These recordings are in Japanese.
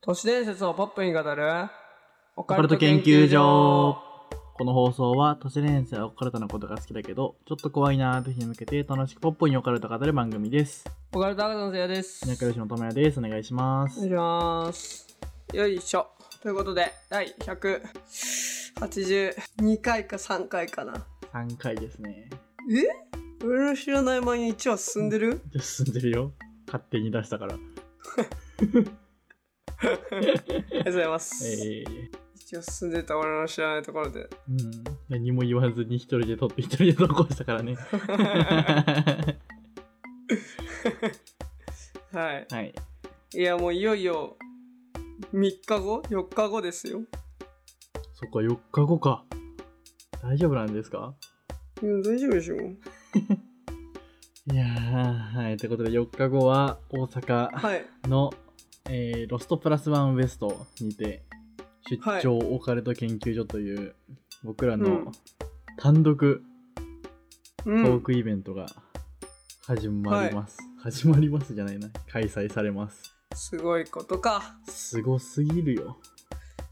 都市伝説をポップに語るオオカルト研究所この放送は都市伝説やオカルトのことが好きだけどちょっと怖いなーという人に向けて楽しくポップにオカルト語る番組ですオカルト博士のせいやです仲良しのともやですお願いしまお願いすしますよいしょということで第182回か3回かな3回ですねえ俺の知らない間に1話進んでるじゃあ進んでるよ勝手に出したからありがとうございます、えー、一応進んでた俺の知らないところで うん何も言わずに一人で撮って一人で投稿したからね はいはいいやもういよいよ3日後4日後ですよそっか4日後か大丈夫なんですかいや大丈夫でしょいやーはいということで4日後は大阪はいの、えーロストプラスワンウエストにて出張オカルト研究所という、僕らうのん単独うトーんクイベントが始まります、始まりますじゃないな開催されますすごいことかすごすぎるよ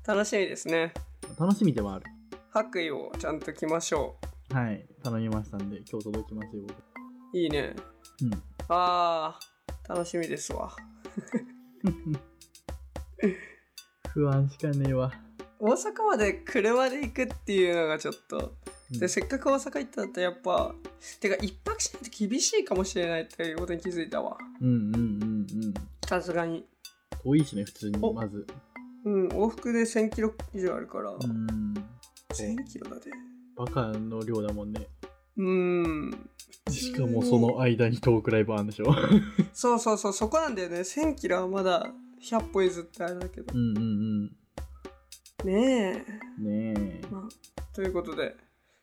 楽しみですね楽しみではある白衣をちゃんと着ましょはい頼みましたんで今日届きますよ僕ういいねうんあー楽しみですわ 不安しかねえわ、大阪まで車で行くっていうのがちょっとうんでせっかく大阪行ったんだったらやっぱてか一泊しないと厳しいかもしれないっていうことに気づいたわうんうんうんうんさすがに遠いしね普通におまずうん往復で1 0 0 0キロ以上あるから、うん1 0 0 0キロだでバカの量だもんねうんしかもその間にトークライブあるんでしょそうそうそうそこなんだよね1 0 0 0キロはまだ100歩譲ってあれだけどうんうんねうん。ねええ、、まあ、ということで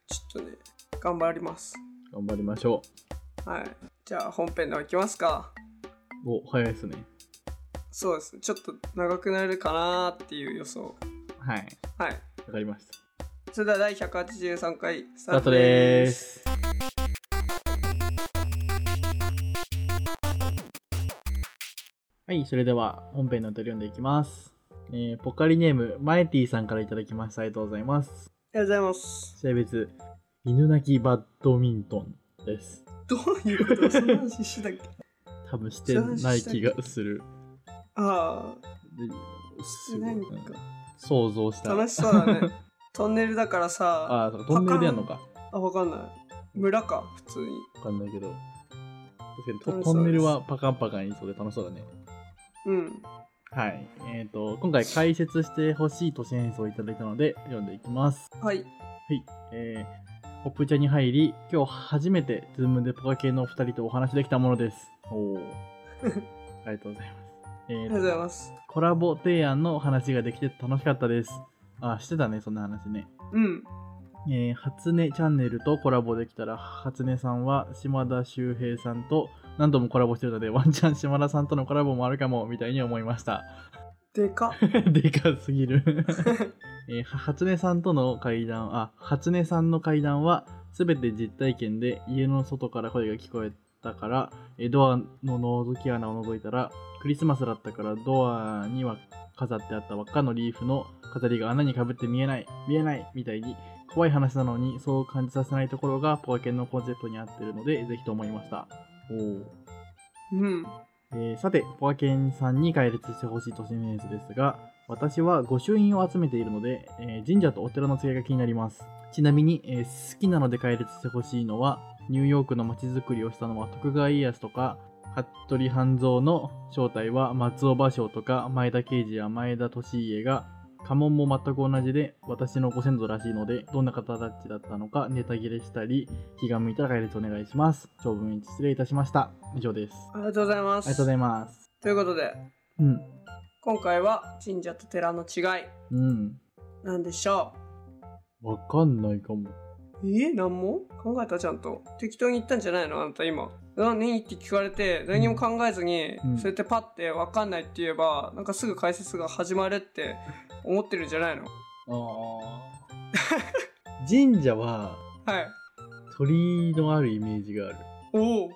ちょっとね頑張ります頑張りましょはいじゃあ本編でも行きますかう。お、早いですね。そうですねちょっと長くなるかなーっていう予想はい。はいわかりました。それでは第183回ススタートでーす。はい、それでは本編のお便り読んでいきます。えー、ポカリネーム、マエティさんからいただきました。ありがとうございます。ありがとうございます性別、犬鳴きバドミントンです。どういうことそんな話してたっけ 多分してない気がする。ああですごないいのうんか想像した。楽しそう だねトンネルだからさああ、そうかトンネルでやんのか。あわかんない村か普通にわかんないけど。確か楽にしトそうですトンネルはパカンパカンいそうで楽しそうだね。うんはい。えっ、と、今回解説してほしい都市伝説をいただいたので読んでいきます。はいはい。えー、ポップ茶に入り、今日初めてズームでポカ系のお二人とお話できたものです。 おお。ありがとうございます。えありーがとうございと、ますコラボ提案のお話ができて楽しかったです。あ、してたね、そんな話ね。うんえー初音チャンネルとコラボできたら初音さんは島田秀平さんと何度もコラボしてるのでワンチャン島田さんとのコラボもあるかもみたいに思いました でかでかすぎる、えーは初音さんとの会談あ初音さんの会談は全て実体験で家の外から声が聞こえたからえードアの覗き穴を覗いたらクリスマスだったからドアには飾ってあった輪っかのリーフの飾りが穴にかぶって見えない見えないみたいに怖い話なのにそう感じさせないところがポカケンのコンセプトに合ってるのでぜひと思いましたおーうんえーさて、ポカケンさんに解説してほしい都市伝説ですが、私は御朱印を集めているので、えー神社とお寺の違いが気になります。ちなみに、えー好きなので解説してほしいのは、ニューヨークの街づくりをしたのは徳川家康とか、服部半蔵の正体は松尾芭蕉とか、前田慶次や前田利家が、家紋も全く同じで、私のご先祖らしいので、どんな方たちだったのかネタ切れしたり、気が向いたら解説お願いします。長文失礼いたしました。以上です。ありがとうございますありがとうございます。ということでうん。今回は神社と寺の違いうん。なんでしょわかんないかも。うえー、何も考えたちゃんと適当に言ったんじゃないのあんた今何って聞かれて何も考えずに、うんそうやってパッて分かんないって言えばなんかすぐ解説が始まるって思ってるんじゃないのああ。 神社ははい鳥居のあるイメージがある。おお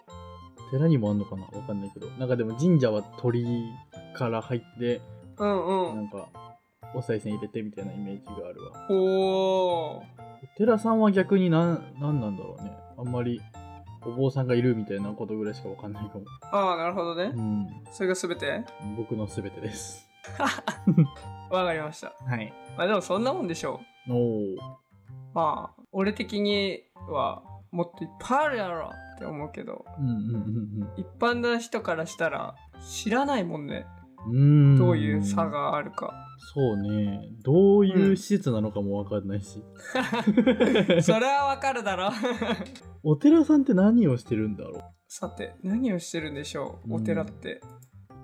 寺にもあんのかなわかんないけど。なんかでも神社は鳥居から入って、うんうなんんかお賽銭入れてみたいなイメージがあるわおーお寺さんは逆になんなんなんだろうねあんまりお坊さんがいるみたいなことぐらいしかわかんないかも、ああなるほどねうん、それが全て僕の全てですわかりましたはいまあでもそんなもんでしょおおうまあ俺的にはもっといっぱいあるやろって思うけどうんうん一般の人からしたら知らないもんねうんうんどういう差があるかそうねどういう施設なのかもわかんないし、 それはわかるだろお寺さんって何をしてるんだろう さて何をしてるんでしょうお寺って、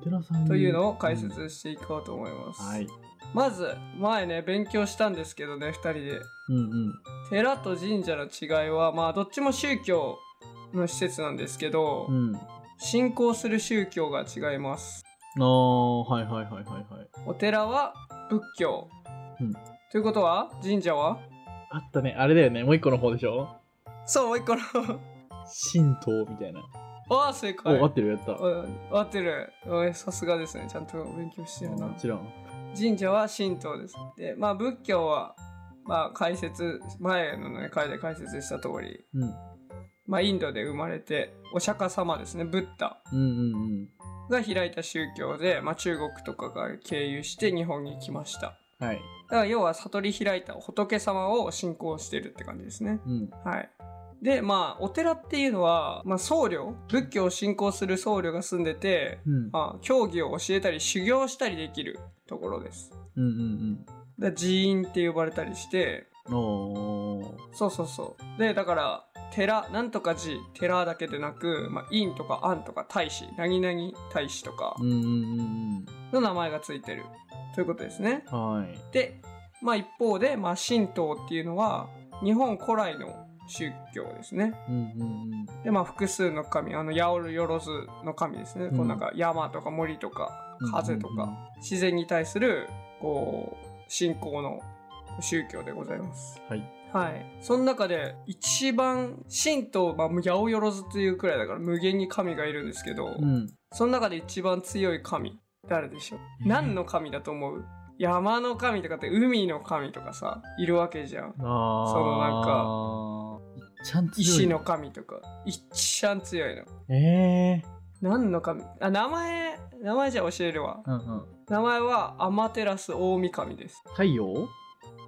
お寺さんにというのを解うん説していこうと思います、はいまず前ね勉強したんですけどね2人でうんうん寺と神社の違いはまあどっちも宗教の施設なんですけど、うん信仰する宗教が違いますああはいはいはいはいはいお寺は仏教、うんということは神社はあったねあれだよねもう一個の方でしょそうもう一 個の神道みたいな、ああ正解お合ってるやったうん合ってるうんさすがですねちゃんと勉強してるなもちろん神社は神道です。で、まあ仏教は、まあ解説、前のね、回で解説した通り、うんまあインドで生まれて、お釈迦様ですね、ブッダうんうんうんが開いた宗教で、まあ中国とかが経由して日本に来ました。はいだから要は悟り開いた仏様を信仰してるって感じですね。うんはい。で、まあお寺っていうのは、まあ僧侶、仏教を信仰する僧侶が住んでて、うんまあ教義を教えたり修行したりできるところです。うんうんだ寺院って呼ばれたりしてうんおーそうそうそうでだから寺なんとか寺寺だけでなく、まあ、院とか庵とか大使何々大使とかうんうんうんの名前がついてるということですねうんはいでまあ一方で、まあ、神道っていうのは日本古来の宗教ですねうんうんうんでまあ複数の神あの八百万の神ですね、うんこうなんか山とか森とか風とうんうんうんか自然に対するこう信仰の宗教でございますはいはい。その中で一番神道、まあ、八百万というくらいだから無限に神がいるんですけど、うんその中で一番強い神、誰でしょう、何の神だと思う山の神とかって海の神とかさ、いるわけじゃん。あーそのちゃんと石の神とか。一番強いの。ええ何の神あ、名前、名前じゃ教えるわ。うんうん名前はアマテラス大神です。太陽お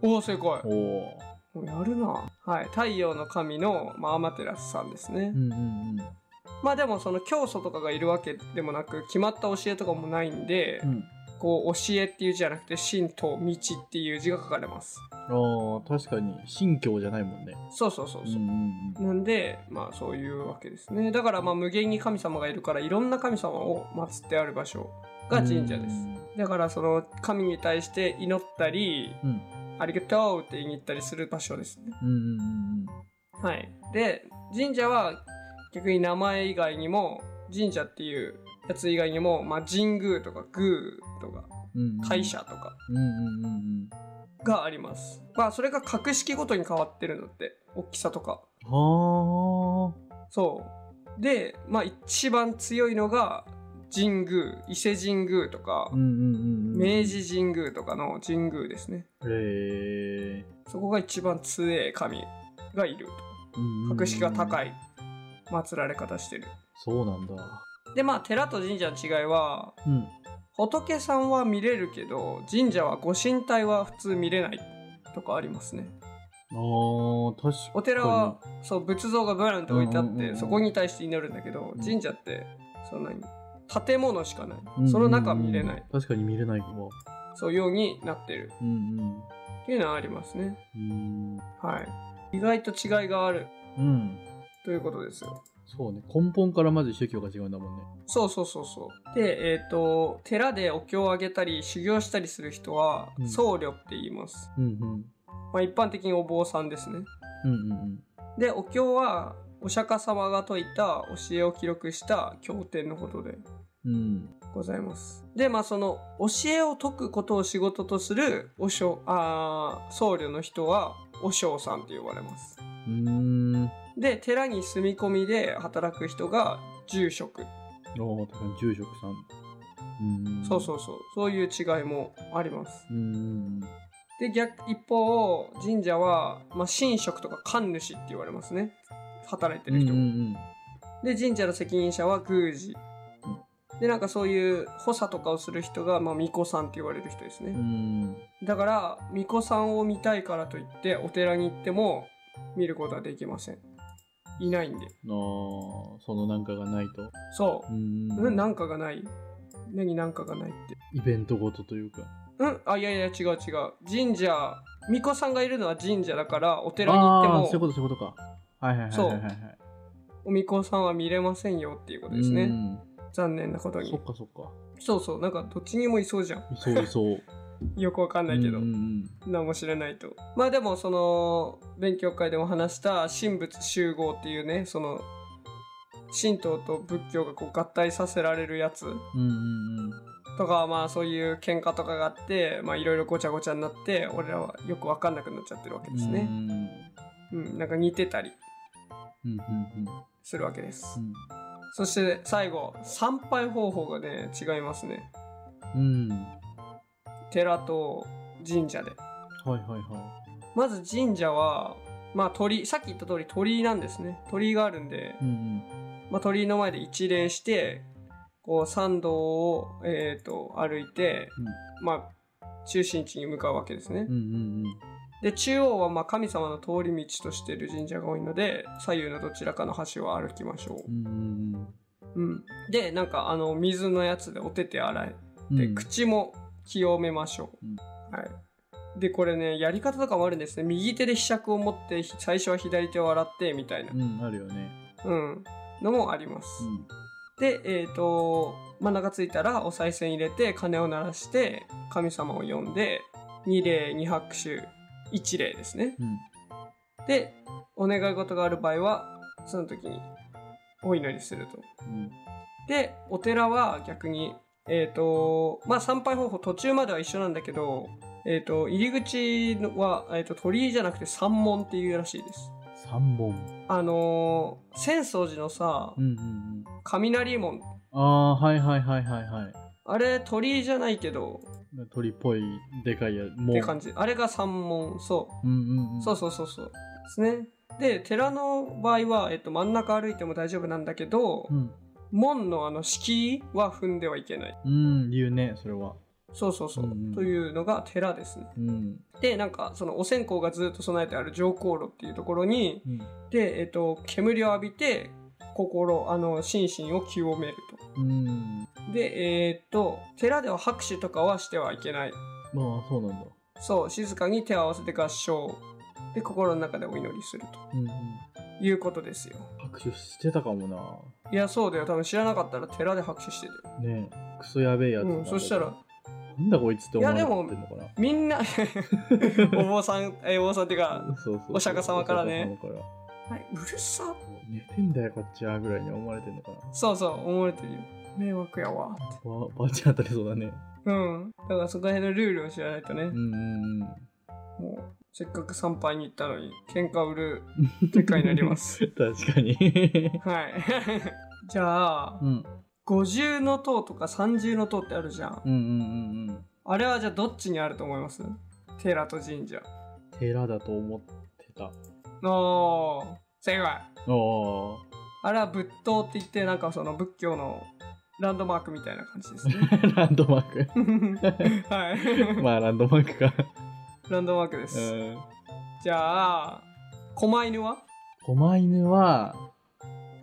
おお、正解。もおうやるな。はい。太陽の神の、まあ、アマテラスさんですね。うんうんまあでもその教祖とかがいるわけでもなく決まった教えとかもないんで、うんうんこう教えっていう字じゃなくて神道道っていう字が書かれますあー確かに信教じゃないもんねそうそうそううんそう、うんうんなんでまあそういうわけですねだからまあ無限に神様がいるからいろんな神様を祀ってある場所が神社ですだからその神に対して祈ったりうんありがとうって言いに行ったりする場所ですねうんうんうんはいで神社は逆に名前以外にも神社っていうやつ以外にも、まあ、神宮とか宮とかうんうん会社とかうんうんうんうんがあります。まあそれが格式ごとに変わってるんだって大きさとか。はそうでまあ一番強いのが神宮伊勢神宮とかあ、うんうんうんうん明治神宮とかの神宮ですね。へえそこが一番強い神がいる。格式が高い祀られ方してる。そうなんだでまあ寺と神社の違いはうん仏さんは見れるけど神社はご神体は普通見れないとかありますね。あー確かにお寺はそう仏像がブランと置いてあって、うんうんうんうんそこに対して祈るんだけど、うん神社ってその何建物しかない、うんうんうんその中見れない確かに見れないわそうようになってるうんうんっていうのはありますねうんはい意外と違いがあるうんということですよそうね根本からまず宗教が違うんだもんねそうそうそうそうでえっ、と寺でお経をあげたり修行したりする人はうん僧侶って言います、うんうんまあ一般的にお坊さんですねうんうんうんでお経はお釈迦様が説いた教えを記録した経典のことでうんございます。で、まあその教えを解くことを仕事とするおしょあー僧侶の人はお尚さんと呼ばれます。うーんで、寺に住み込みで働く人が住職。ああ、確かに住職さん。うんそうそうそうそういう違いもありますうんで逆一方神社は、まあ、神職とか神主って言われますね働いてる人、うんうんで神社の責任者は宮司でなんかそういう補佐とかをする人が、まあ、巫女さんって言われる人ですね、うんうんだから巫女さんを見たいからといってお寺に行っても見ることはできませんいないんであーそのなんかがないとそうう、うん、なんんかがない何なんかがないってイベントごとというかうんあいやいや違う違う神社巫女さんがいるのは神社だからお寺に行ってああもそういうことそういうことかはいはいはいはいはいはいお巫女さんは見れませんよっていうことですうねん残念なことにそっかそっかそうそうなんかどっちにもいそうじゃんいそういそうよくわかんないけど、うんうん何も知らないとまあでもその勉強会でも話した神仏集合っていうねその神道と仏教がこう合体させられるやつうんうんうんとかまあそういう喧嘩とかがあってまあいろいろごちゃごちゃになって俺らはよく分かんなくなっちゃってるわけですうね、んうんなんか似てたりうんうんするわけです、うんそして最後参拝方法がね違いますねうん、うん、寺と神社ではいはいはまず神社はまあ鳥さっき言った通り鳥居なんですね鳥居があるんでい、うんまあ、鳥居の前で一礼してこう参道を、えー、と歩いて、まあ、中心地に向かうわけですね。うんうんで中央はまあ神様の通り道としている神社が多いので左右のどちらかの橋を歩きましょうんうんうんう。うん、でなんかあの水のやつでお手手洗えうんて、口も清めましょう。うんはい、でこれねやり方とかもあるんですね右手で柄杓を持ってひ最初は左手を洗ってみたいなう、んあるよねうん、のもあります。うんで、えー、と真ん中ついたらお賽銭入れて鐘を鳴らして神様を呼んで二礼二拍手一礼ですねうんでお願い事がある場合はその時にお祈りするとうんでお寺は逆にえっ、とまあ参拝方法途中までは一緒なんだけどえっ、と入り口は、えー、と鳥居じゃなくて山門っていうらしいです三本あのー浅草寺のさうんうんうん雷門ああーはいはいはいはいはいあれ鳥居じゃないけど鳥っぽいでかいやもっうて感じあれが三門そうんうんううんそうそうそうそうですねで寺の場合は、えっと、真ん中歩いても大丈夫なんだけど、うん門のあの敷居は踏んではいけないうん言うねそれはそうそうそう、うんうんというのが寺ですねうんでなんかそのお線香がずっと備えてある上香炉っていうところにうんで、えっと、煙を浴びて心あの心身を清めるうんとでえっと寺では拍手とかはしてはいけないまあそうなんだそう静かに手を合わせて合唱で心の中でお祈りするとうんうんいうことですよ拍手してたかもいやそうだよ多分知らなかったら寺で拍手してるなねえクソやべえやつうなんんそしたらなんだこいつって思われいてやんでものかなみん なお坊さんえお坊さんっていうか、そうそうお釈迦様からねお釈迦様からはいうるさ寝てんだよこっちはぐらいに思われてんのかなそうそう思われてるよ迷惑やわわバーチャン当たりそうだねうんだからそこら辺のルールを知らないとね、うんうんうんもうせっかく参拝に行ったのに喧嘩売る結果になります 確かにはい じゃあ、うん五重の塔とか三重の塔ってあるじゃんうんうんうんうんあれはじゃあどっちにあると思います寺と神社寺だと思ってたあおー正解ああれは仏塔って言ってなんかその仏教のランドマークみたいな感じですね ランドマー はい、クまあランドマークかランドマークです、うんじゃあ狛犬は狛犬は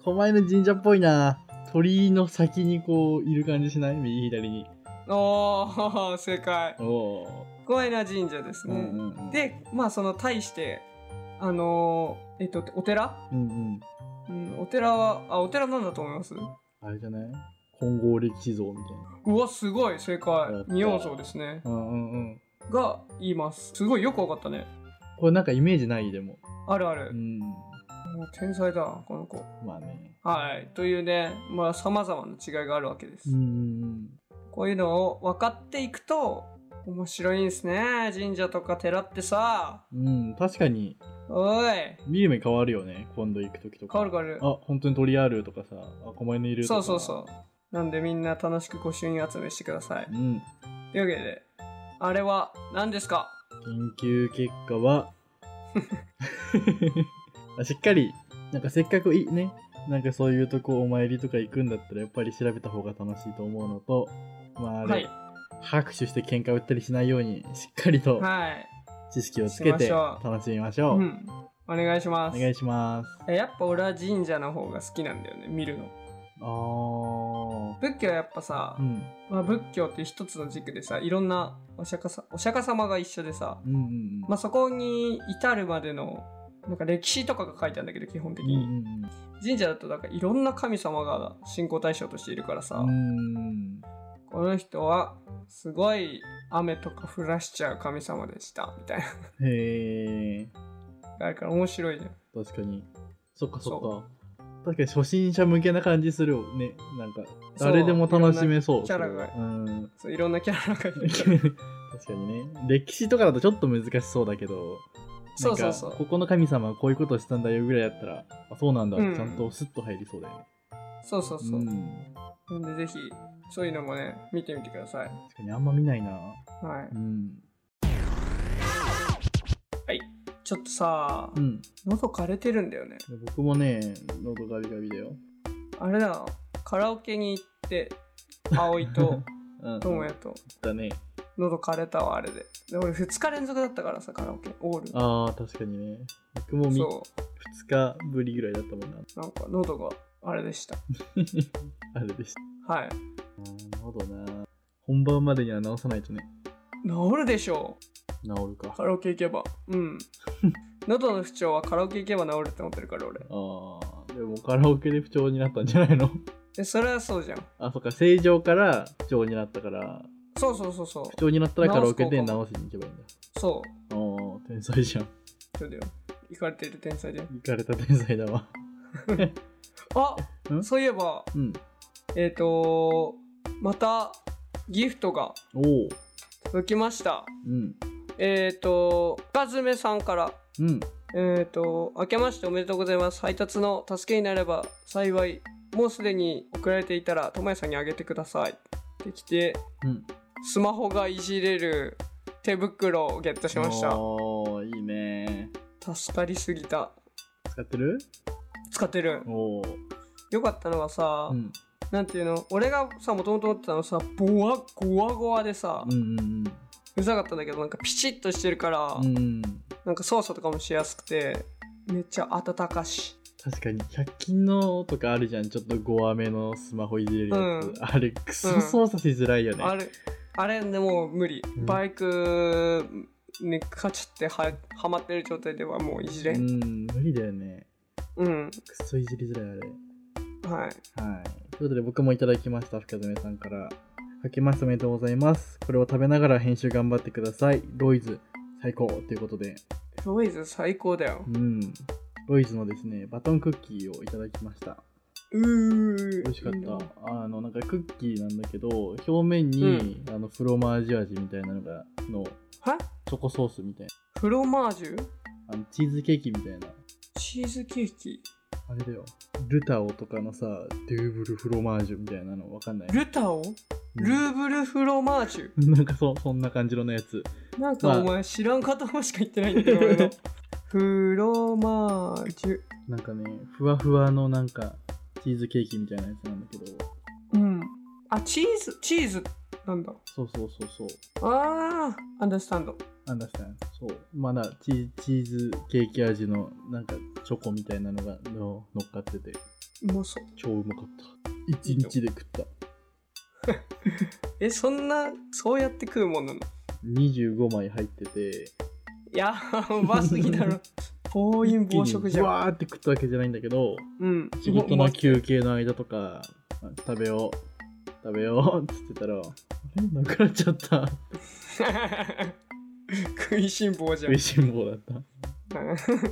狛犬神社っぽいな鳥居の先にこういる感じしない右左におー正解おお狛犬は神社ですー、ね、んうんでまあその対してあのーえっとお寺、うんううんん、お寺はあお寺なんだと思いますあれじゃない金剛力士像みたいうわすごい正解やった仁王像ですねなうんうんうんが言いますすごいよくわかったねこれなんかイメージないでもあるあるう、んもう天才だこの子まあねはいというねまあさまざまな違いがあるわけです、うんうんこういうのを分かっていくと面白いんですね神社とか寺ってさうんうん確かにおい見る目変わるよね今度行く時とか変わる変わるあ本当に鳥あるとかさあ狛犬いるとそかうそうそうなんでみんな楽しく御朱印集めしてください。うん。というわけで、あれは何ですか研究結 果は あしっかりなんかせっかくいいねなんかそういうとこお参りとか行くんだったらやっぱり調べた方が楽しいと思うのとまああれ、はい。拍手して喧嘩売ったりしないようにしっかりとはい。知識をつけてしましょ楽しみましょう、うん。お願いします。お願いしますえやっぱ俺は神社の方が好きなんだよね、見るの。あー仏教はやっぱさ、うんまあ、仏教って一つの軸でさ、いろんなお釈迦さお釈迦様が一緒でさ、うんうんまあ、そこに至るまでのなんか歴史とかが書いてあるんだけど基本う的んうに、ん神社だとなんかいろんな神様が信仰対象としているからさ、うんこの人はすごい雨とか降らしちゃう神様でしたみたいなうんへえあるから面白いじゃん確かにそっかそそっか確かに初心者向けな感じするよねなんかそう 誰でも楽しめそういろんなキャラがそれはうん そういろんなキャラがいるから確かにね歴史とかだとちょっと難しそうだけどそうそうそうなんかここの神様はこういうことしたんだよぐらいだったらあそうなんだ、うんちゃんとスッと入りそうだよねそうそうそう、ん、なんでぜひそういうのもね見てみてください確かにあんま見ないなはい、うんちょっとさ、うん喉枯れてるんだよね僕もね喉ガビガビだよあれだなカラオケに行って葵とうん智也とだね喉枯れたわあれでで俺2日連続だったからさカラオケオールあー確かにね僕も2そ日ぶりぐらいだったもんな うなんか喉があれでしたあれでしたはいなるほどな。本番までには直さないとね。治るでしょ直るうか。カラオケ行けばうん 喉の不調はカラオケ行けば治るって思ってるから俺ああ、でもカラオケで不調になったんじゃないの でそれはそうじゃんあ、そっか、正常から不調になったから、そうそうそうそ不調になったらカラオケで直す直しに行けばいいんだ。うそああ、天才じゃん。うそうだよ行かれてる天才で行かれた天才だわ。あんそういえばうん。えっ、ー、とまたギフトがおお。届きましたうん。えっ、ー、と深爪さんからうん。えっ、と、明けましておめでとうございます。配達の助けになれば幸い。もうすでに送られていたら、ともやさんにあげてください。できて、うん。スマホがいじれる手袋をゲットしました。おお、いいね。助かりすぎた。使ってる使ってる。おお。よかったのはさ、うん。なんていうの、俺がさ、もともと持ってたのさ、ボワ、ゴワゴワでさう、んうんうざかったんだけど、なんかピチッとしてるから、うん。うん。なんか操作とかもしやすくて、めっちゃ温かし。確かに100均のとかあるじゃんちょっと5話目のスマホいじれるやつ、うんあれクソ操作しづらいよね、あれあれでもう無理、うんバイクにカチャってははまってる状態ではもういじれうんん無理だよねうん、クソいじりづらいあれはいはいということで僕もいただきました深爪さんから書きましておめでとうございますこれを食べながら編集頑張ってくださいロイズ最高ということでロイズ最高だようんロイズのですねバトンクッキーをいただきましたうー美味しかったあのなんかクッキーなんだけど表面に、あのフロマージュ味みたいなのがのはチョコソースみたいなフロマージュあのチーズケーキみたいなチーズケーキあれだよルタオとかのさドゥーブルフロマージュみたいなのわかんないルタオルーブルフロマージュうんなんかそうそんな感じのやつなんまかあお前知らん方もしか言ってないんだけど俺 のフロマージュなんかねふわふわのなんかチーズケーキみたいなやつなんだけどうんあチーズチーズなんだそうそうそうそうああアンダースタンドアンダースタンそうまあなチーチーズケーキ味のなんかチョコみたいなのがの乗っかっててうまそう超うまかった一日で食ったえそんなそうやって食うもんなの25枚入っててやばすぎだ ろ暴飲暴食じゃ一気にんわーって食ったわけじゃないんだけどうん仕事の休憩の間とかあ食べよう食べようっつってたらあれなくなっちゃった食いしん坊じゃん食あいしん坊だったいやりがとう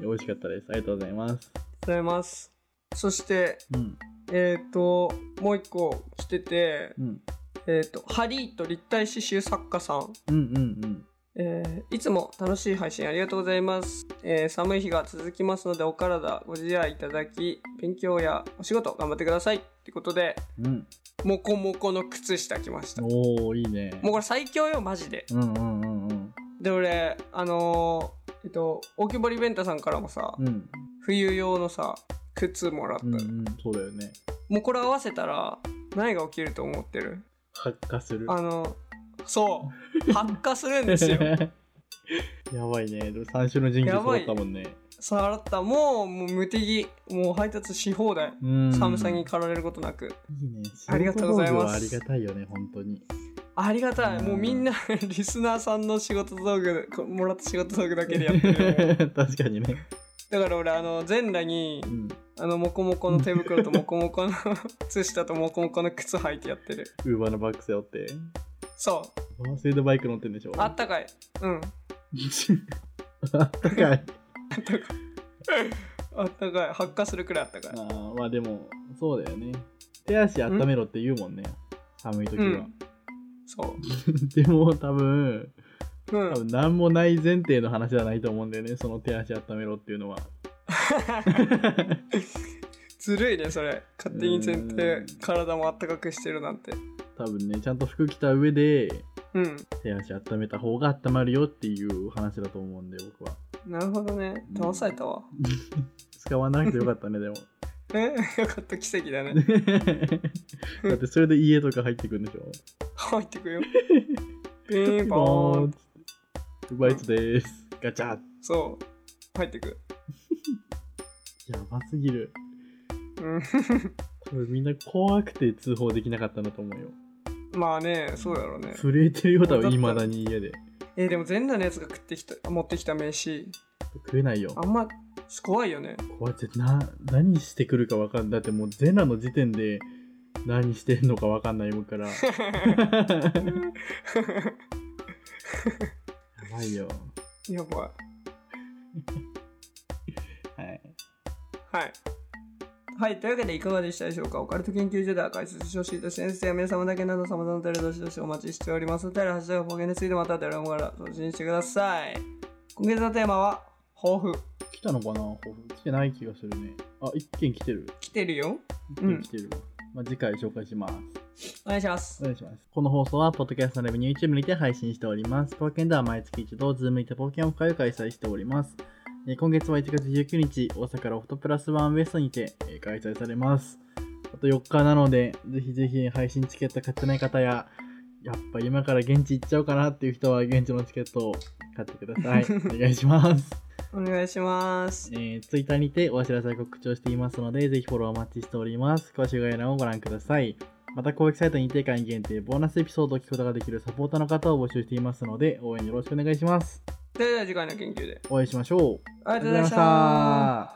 美味しかったですありがとうございますございますそしてうんえっ、ともう一個来ててうんえっ、とハリーと立体刺繍作家さんうんうんえーいつも楽しい配信ありがとうございます、えー寒い日が続きますのでお体ご自愛いただき勉強やお仕事頑張ってくださいってことでうん。モコモコの靴下来ましたもおー、いいね。うこれ最強よマジでうんうんうんうん。で俺あのーえっと大木堀弁太さんからもさうん。冬用のさ靴もらったうのんうん。そうだよね。もうこれ合わせたら何が起きると思ってる発火する。あのそう発火するんですよ やばいね。でも三種の神器揃ったもんね。さあったもうもう無敵もう配達し放題うん。寒さに駆られることなくいいね。ありがとうございます仕事道具はありがたいよね、本当に。ありがたいうんもうみんな リスナーさんの仕事道具こもらった仕事道具だけでやって る確かにね。だから俺あの全裸にうん。あのモコモコの手袋とモコモコの 靴下とモコモコの靴履いてやってるウーバーのバッグ背負って。そうバースエイドバイク乗ってんでしょあったかいうんあったかい。あったかいあったかい発火するくらいあったかいあーまあでも、そうだよね。手足温めろって言うもんね。寒い時は。うんそ でも多分、ううん多分何もない前提の話じゃないと思うんだよね。その手足温めろっていう のは。 ずるいねそれ勝手に前提体もあったかくしてるなんて多分ね、ちゃんと服着た上で、うん手足温めた方が温まるよっていう話だと思うんで、僕は。なるほどねうん騙されたわ使わなくてよかったね、 でも。え よかった奇跡だねだってそれで家とか入ってくるんでしょ。入ってく よピンポボーーンンうまいつです。ガチャそう入ってくやばすぎる。うん 多分みんな怖くて通報できなかったんだと思うよ。まあねそうだろうね震えてるよ、多だっ分たいらまだに家で。えでも全裸のやつが食ってきた持ってきた名刺食えないよあ。んま怖いよ ね怖いってな、何してくるかわかんない。だってもう全裸の時点で何してんのかわかんないも んから。やばいよ。やばいはい。はい。はい。というわけで、いかがでしたでしょうかオカルト研究所では解説してほしいと先生や皆様だけなど様々なお便りどしどしお待ちしております。お便り、ハッシュタグ、方言についてまたお便りもから送信してください。今月のテーマは、抱負。来たのかな抱負来てない気がするね。あ、一件来てる。来てるよ。一う件ん来てるわ。まあ、次回紹介します。お願いしまおす。願いします。この放送は、ポッドキャストのライブに YouTube にて配信しております。ポーケンでは毎月一度、ズームにてポーケンオフ会を開催しております。えー今月は1月19日、大阪ロフトプラスワンウエストにてえー開催されます。あと4日なので、ぜひぜひ配信チケット買ってない方や、やっぱ今から現地行っちゃおうかなっていう人は、現地のチケットを買ってくだ さい。お願いします。お願いします。えー、Twitter にてお知らせや告知をしていますので、ぜひフォローお待ちしております。詳しい概要欄をご覧ください。また、公益サイトに定会員限定、ボーナスエピソードを聞くことができるサポーターの方を募集していますので、応援よろしくお願いします。それでは次回の研究で。お会いしましょう。あありがとうございました。た。